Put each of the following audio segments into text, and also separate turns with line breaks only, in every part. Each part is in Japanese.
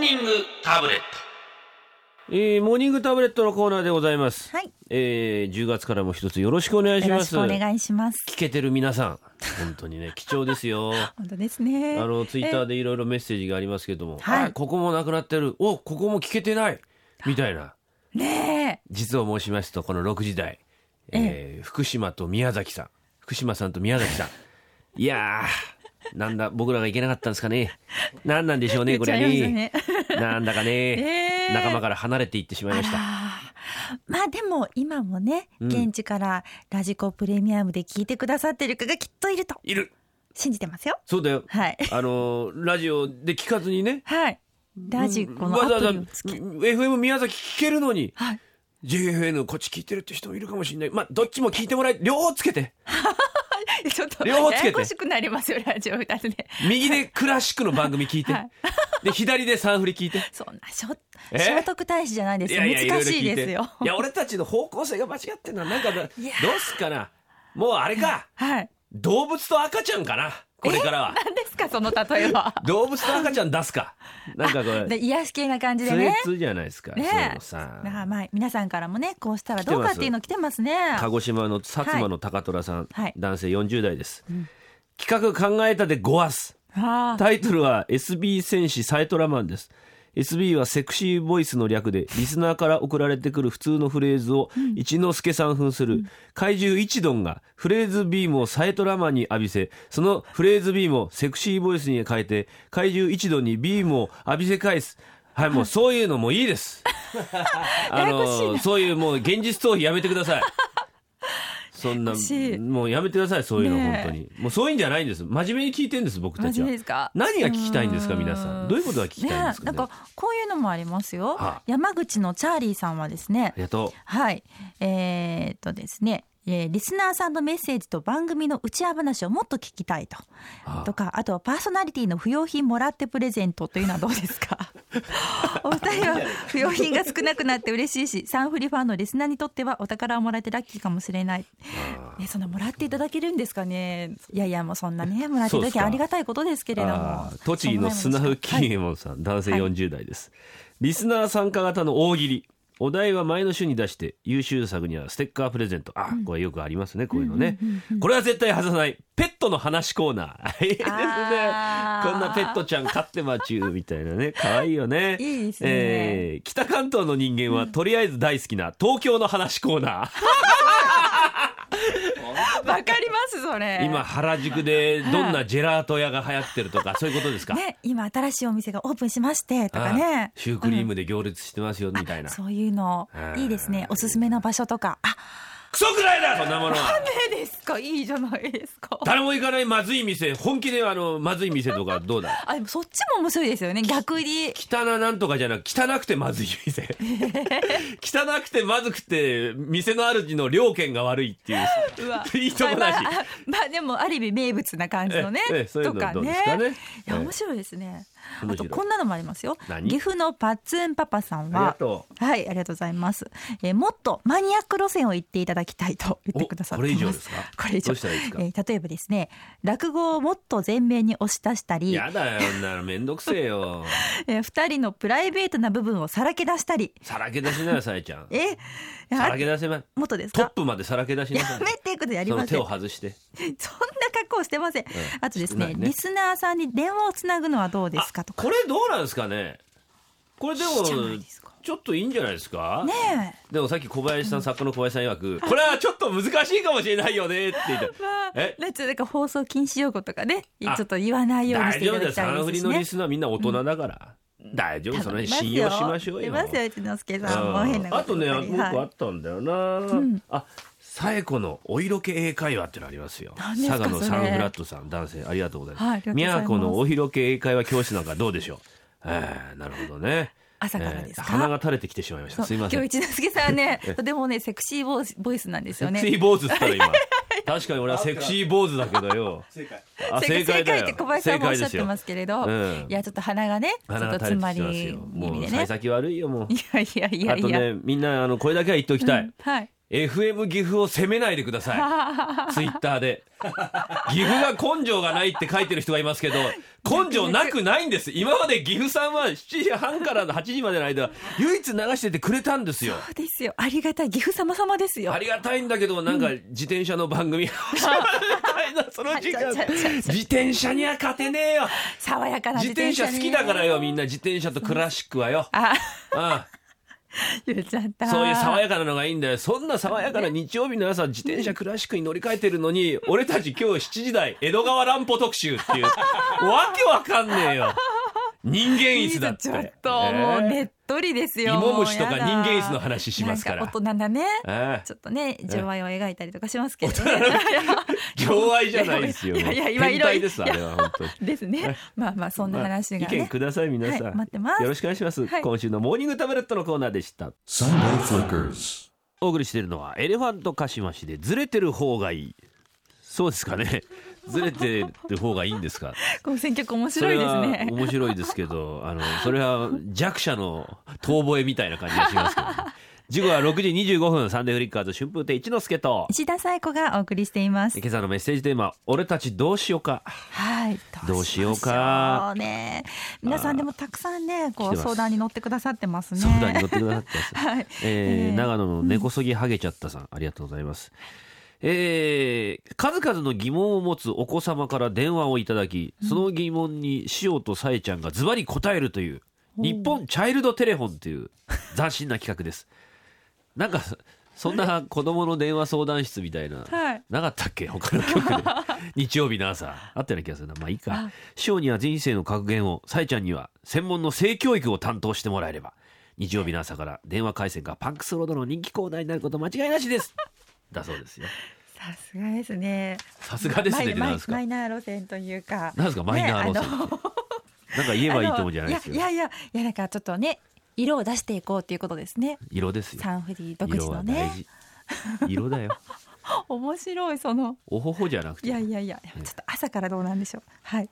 ニングタブレット
えーモーニングタブレットのコーナーでございます。
はい
えー10月からも一つよろしくお願いし
よ
ま
ろし
す。
くお願いします。
聞けてる皆さん、本当にね、貴重です よ。あ
本当ですね。
の、ツイッターでいろいろメッセージがありますけども、
はい
あここもなくなってる。お、ここも聞けてない。みたいな。
ね
実を申しますと、この6時台、えー福島と宮崎さん。福島さんと宮崎 さん。いやー、なんだ、僕らがいけなかったんですかね。なんなんでしょうね、
え。
こ
ち
れ
ゃ
はい
ました
ね。
ね。
なんだかね、
えー
仲間から離れていってしまい
あ
ました。
らまあでも今もね、現地からラジコプレミアムで聞いてくださってる方がきっといると
いる
信じてますよ。
そうだよ。
はい。
あのーラジオで聞かずにね、
はい。ラジコの
わざ
ア
わざ
プリをつけ
FM 宮崎聞けるのに、
はい
JFN こっち聞いてるって人もいるかもしれない。まあ、どっちも聞いてもらえ、両方つけて。
ちょっと
両方つけて
ややこしくなりますよ、ラジオ二つで。
右でクラシックの番組聞いて、
はい
で、左でサンフリ聞いて。
そんな聖徳
え
聖徳太子じゃないですよ。難しい
い
です
て。
よ。
いや、俺たちの方向性が間違ってんな。なんかだ、どう
いや
すっかな。もうあれか、
はい。
動物と赤ちゃんかな。これからは。
何ですか、その例えは。
動物と赤ちゃん出すか。 なんかこれ
で、癒し系な感じで
ツ
ね
レ。ツじゃないですか。
ね
そういう
え
のさ。
だからまあ皆さんからもねこうしたらどうかっていうの来てますね。
鹿児島の薩摩の高虎さん、
はい
男性40代です、企画考えたでごわす
あー
タイトルは SB 戦士サイトラマンです SB はセクシーボイスの略でリスナーから送られてくる普通のフレーズを一之輔さん扮する怪獣一ドンがフレーズビームをサイトラマンに浴びせそのフレーズビームをセクシーボイスに変えて怪獣一ドンにビームを浴びせ返すはいもうそういうのもいいです あ
ややこしい
のそういうもう現実逃避やめてくださいそんな
やこしい
もうやめてくださいそういうの
ね
本
え
当にもうそういうんじゃないんです真面目に聞いてんです僕た
真
ち
面
は
目ですか。
何が聞きたいんですか
うー
皆さんどういうことが聞きたいんですか
ね
ね
なんかこういうのもありますよ。
はあ
山口のチャーリーさんはですね
あり。がと
はい。えーっとですね。えーリスナーさんのメッセージと番組の内輪話をもっと聞きたいと
ああ
とかあとはパーソナリティの不要品もらってプレゼントというのはどうで すかお二人は不要品が少なくなって嬉しいしサンフリファンのリスナーにとってはお宝をもらえてラッキーかもしれない、ね、そんなもらっていただけるんですかねいやいやもうそんなねもらって
そ
いただ
うっす
き
か
ありがたいことですけ
う
れども
あー栃木の
そ
ス
んな
ナ
もん
フ
ですか
キンエモンさん男性40代ですリスナー参加型の大喜利お題は前の週に出して優秀作にはステッカープレゼントあこれよくありますねこういうのねこれは絶対外さないペットの話コー ナーいいですね
あー
こんなペットちゃん飼ってまちゅうみたいなね可愛いよね
いいですね
えー北関東の人間はとりあえず大好きな東京の話コーナー
わかりますそれ
今原宿でどんなジェラート屋が流行ってるとかそういうことですか。
ね今新しいお店がオープンしましてとか
ああ
ね
シュークリームで行列してますよみたいな。
そういうのいいですねおすすめの場所とかあ
クソくら いだそんなものは。
いいですかいいじゃないですか
誰も行かないまずい店本気であのまずい店とかどうだ。
あでもそっちも面白いですよね逆に
汚なんとかじゃなく汚くてまずい店。 汚くてまずくて店の主の料金が悪いっていう
うわ
いいとこだし
まあまあ、まあでもある意味名物な感じのね
ええええそういう
と
の
か
どうで
ね
すかね
いや
ええ
面白いですね、
面
あ
白い
とこんなのもありますよ
何
岐阜のパッツンパパさん
ありが
は
と
はいありがとうございます、えーもっとマニアック路線を言っていただきたいと言って
お
くださっ
こ
て
れ
い
以上
ま
ですすか。
これ以上
どうしたらいいですか。
えー例えばですね落語をもっと前面に押し出したり、
やだよそんなのめんどくせえよ。
えー二人のプライベートな部分をさらけ出したり
さらけ出しなよさえちゃん。
え
さらけ出せま
もっとです
トッ
か
プまでさらけ出しなさ
や
い。
めてくださいやり
そ
ま
の
せ
手
ん
を外して。
そんな格好してません。あとで
し
す
て
ね
ないね
リスナーさんに電話をつなぐのはどうですかと
あ
か。
これどうなんですかねこれでも
じゃないですか
ちょっといいんじゃないですか、
ね
でもさっき小林さん作家の小林さん曰くこれはちょっと難しいかもしれないよねって 言って
え。まあ、
え
なんつうなんか放送禁止用語とかね、ちょ
あ
っと言わないようにし
大
てい
丈夫
ただ
だよ
きた
サ
い
ンフ
で
リ
す
のリ
ね。
スナーみんな大人だから、大丈夫その辺信用しましょう
出
よ
ますよ、一之輔さんも変
う
なん
あとね
言
も
っ
う
たり
一
はい
個あったんだよな、あさえこのお色気英会話ってのありますよ
何ですか
佐賀の
それ
サンフラットさん男性ありがとうございます,、
はいありがとうござい
宮
ます
古のお色気英会話教室なんかどうでしょうえー、なるほどね
朝からですか
えー鼻が垂れてきてしまいまし
そ
た
う
すいません
今日一之輔さんはね、とてもね、セクシーボイスボイスなんですよね。
セクシー坊主って言ったら今確かに俺はセクシー坊主だけどよ
正解
あ
正
正
解
解だよ
って小林さんもおっしゃっ
正
てま
解です
けれど、
うん
いや、ちょっと鼻がね、ちょ
よ鼻が
っと
垂
詰
れて
ま
きてます
り
よ
気味
もう
で
幸
ね。
先悪いよもう
いやいやいや
あ
い
と
や。
ねみんなあのこれだけは言っておきたい、
はい。
FM 岐阜を責めないでくださ い。ツイッターで。岐阜が根性がないって書いてる人がいますけ ど、根性なくないんです。今まで岐阜さんは7時半からの8時までの間、唯一流しててくれたんですよ。
そうですよ。ありがたい。岐阜様様ですよ。
ありがたいんだけど、なんか自転車の番組、みたいな、 その 時間
ちょちょちょちょ、
自転車には勝てねえよ。
爽やかな
自
自
転
転車
車
ね
好きだからよ、みんな。自転車とクラシックはよ。
あ、
うん。
言っちゃった。
そういう爽
や
やかなのがいいんだよ。そんな爽やかな日曜日の朝、自転車クラシックに乗り換えてるのに、俺たち今日7時台、江戸川乱歩特集っ ていう、わけわかんねえよ。人間椅子だって。
ちょっと、もうね
え
っとりです
え
よ。
芋虫とか
もう
人
やだ
間椅子の話しますか
なん
ら
か。大人だね。
え
ちょっとね、情愛を描いたりとかしますけど、
大
ね
人。え 情愛じゃないですよ。
いやいやいや
変
いろいろ
態です、あれは本当に。
ですね。まあまあ、そんな話が
まあ意見
ね。
ください皆さん、
はい待ってます
よろしくお願いします、
はい
今週のモーニングタブレットのコーナーでした
Sunday Flickers.
お送りしているのはエレファントカシマシでずれてる方がいいそうですか ねずれてる方がいいんですか
この選曲面
そ
白
れ
いです
は
ね。
面白いですけどあのそれは弱者の遠吠えみたいな感じがしますけど、 ね、時刻は6時25分サンデーフリッカーズ春風亭一之輔と
石田彩子がお送りしています。
今朝のメッセージテーマ「俺たちどうしようか」
はい、
どうしようか
どうしましょうね。皆さんでもたくさんね、
来
こ
てま
う
す
相談に乗ってくださってますね。
相談に乗ってくださってます。
はい
えー
えー
長野の根こそぎハゲちゃったさん、ありがとうございます。えー数々の疑問を持つお子様から電話をいただき、その疑問に塩とさえちゃんがズバリ答えるという、日本チャイルドテレフォンという斬新な企画です。なんか、そんな子供の電話相談室みたいな、
はい
なかったっけ他の 局で。日曜日の朝。あったような気がするな。まあいいか。師匠には人生の格言を、さえちゃんには専門の性教育を担当してもらえれば、日曜日の朝から電話回線がパンクスロードの人気コーナーになること間違いなし です。だそうですよ。
さすがですね。
さすがですねって
マイ
なんですか
マイマイナー路線というか。
なんですかマイナー路線
ねあの
なんか言えばいいと思うんじゃないです
い
よ。
やいやいやいやなんかちょっとね、色を出していこうっていうことですね。
色ですよ。
サンフリー独自
色
の
は大
ね。
事。 色だよ。
面白いその。
おほほじゃなく
いや
て。
いやいや、ちょっと朝からどうなんでしょう。はい。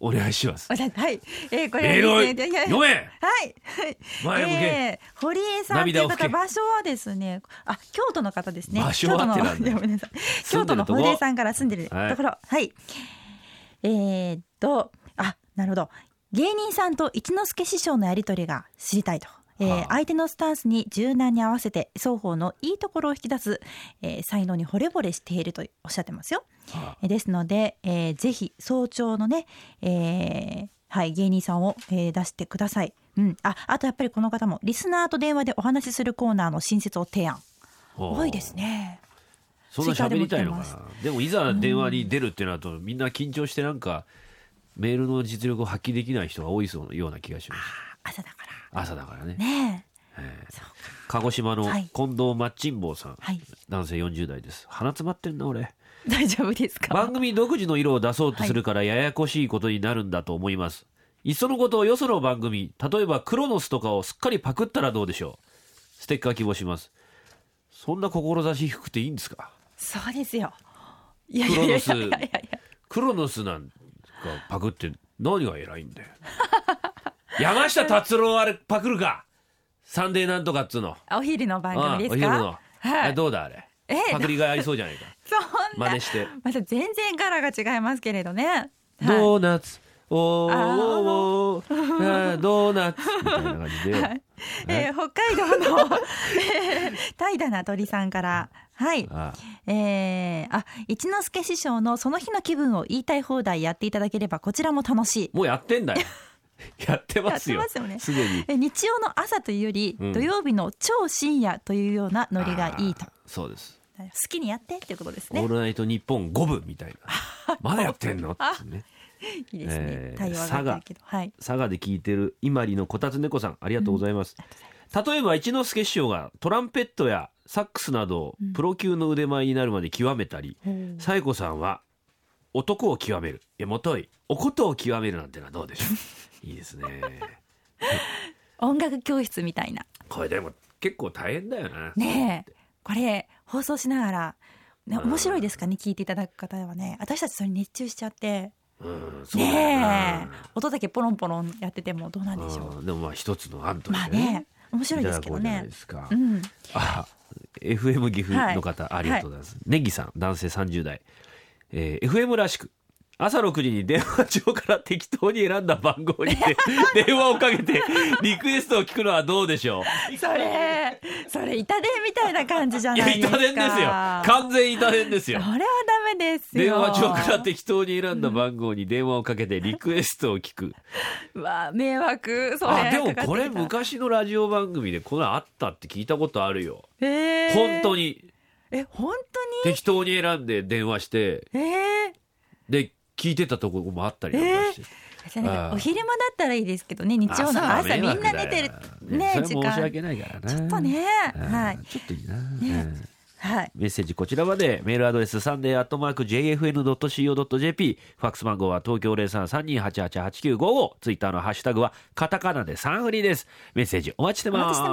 お願いします。
おじゃはい。えー、こ
メー
れ
ルを
はですねいやいや
読め
はい。はい
前向け
えー堀江さんとい
涙を
う
拭け
方、場所はですね、あ、京都の方ですね。
場所はってなんだよ
京都の ごめんなさい。
住
京
んで
都
る
の
とこ
堀江さんから住んでるとこ
はい
ろ、はい。えーっと、あ、なるほど。芸人さんと一之輔師匠のやりとりが知りたいと。えー
はあ
相手のスタンスに柔軟に合わせて双方のいいところを引き出す、えー才能に惚れ惚れしているとおっしゃってますよ。
は
えーですので、えーぜひ早朝のね、えーはい、芸人さんを、えー出してください。うん、ああとやっぱりこの方もリスナーと電話でお話しするコーナーの新設を提案多いですね。
そんな喋りたいのかな
Twitter
でもいざ電話に出るってなると、みんな緊張してなんかメールの実力を発揮できない人が多いそうような気がします
朝だか
朝だからね
らね
ええ
そうか
鹿児島の
は
近
い
藤マッチンボウさん、
はい
男性40代です鼻詰まってんな俺
え大丈夫ですか、
番組独自の色を出そうとするからややこしいことになるんだと思います、いっそのことをよその番組例えばクロノスとかをすっかりパクったらどうでしょうステッカー希望しますそんな志低くていいんですか
そうですよ。いやいやいやいやいやいや
クロノスなんかパクって何が偉いんだよ 山下達郎あれパクるかサンデーなんとかっつうの
お昼の番
ああお
組で
昼
す
の
か、はい
あどうだあれ
ええ
パクリがありそうじゃない か
そんな
真似して
また全然柄が違いますけれどね。はい
ドーナツおー
あー
おーお ーあードーナツみたいな感じで、
えー北海道の、 えー、平田な鳥さんから。はい。
あ
えー、あ、一之輔師匠のその日の気分を言いたい放題やっていただければこちらも楽しい。
もうやってん だよやってますよ
やってますよね
すでに
え日曜の朝というより、
うん
土曜日の超深夜というようなノリがいいと
あー。そうです、
好きにやってっていうことです
オー
ね。
ルナイトニッポン5部みたい なまだやってんのってね
いいですね。
えー
対応ができるけど。はい。
佐賀で聞いてる伊万里のこたつ猫さんありがとうございます、例えば一之輔師匠がトランペットやサックスなどをプロ級の腕前になるまで極めたり
ん
佐恵子さんは男を極めるいやもといおことを極めるなんてのはどうでしょう いいですね
音楽教室みたいな。
これでも結構大変だよな、
ねえ。これ、放送しながら、ね、面白いですかね、聞いていただく方はね。私たちそれ熱中しちゃって。
うんそうだよな
ねえ音だけポロンポロンやっててもどうなんでしょう
うんでもまあ一つの案とし
まあ
てね,、
ね面白いですけ
こ
ど
うじゃない
ね
ですか、
うん
あ FM 岐阜の方、ありがとうございます、ネギさん男性30代、えー FM らしく朝6時に電話帳から適当に選んだ番号に て電話をかけてリクエストを聞くのはどうで しょう
それそれ痛手みたいな感じじゃ
いや
ないですか
痛電ですよ完全痛電です よ
それはダメですよ
電話帳から適当に選んだ番号に電話をかけてリクエストを聞く
うわ迷惑それ
あでもこれ
かかってき
昔のラジオ番組でこんなのあったって聞いたことあるよ
たえー
本当に
え本当に
適当に選んで電話して
えー
で聞いてたところもあったりなんかして、
じゃあなん
あ
か
ー
お昼間だったらいいですけどね日曜の朝みんな寝てるね
それ申
時
し
間
訳ないからな
ちょっとね
うん
はい
ちょっといいな、
ね
うん
はい
メッセージこちらまでメールアドレスサンデーアットマーク JFN.CO.JP ファックス番号は東京0332888955ツイッターのハッシュタグはカタカナでサンフリですメッセージお待ちしてます
お待ちして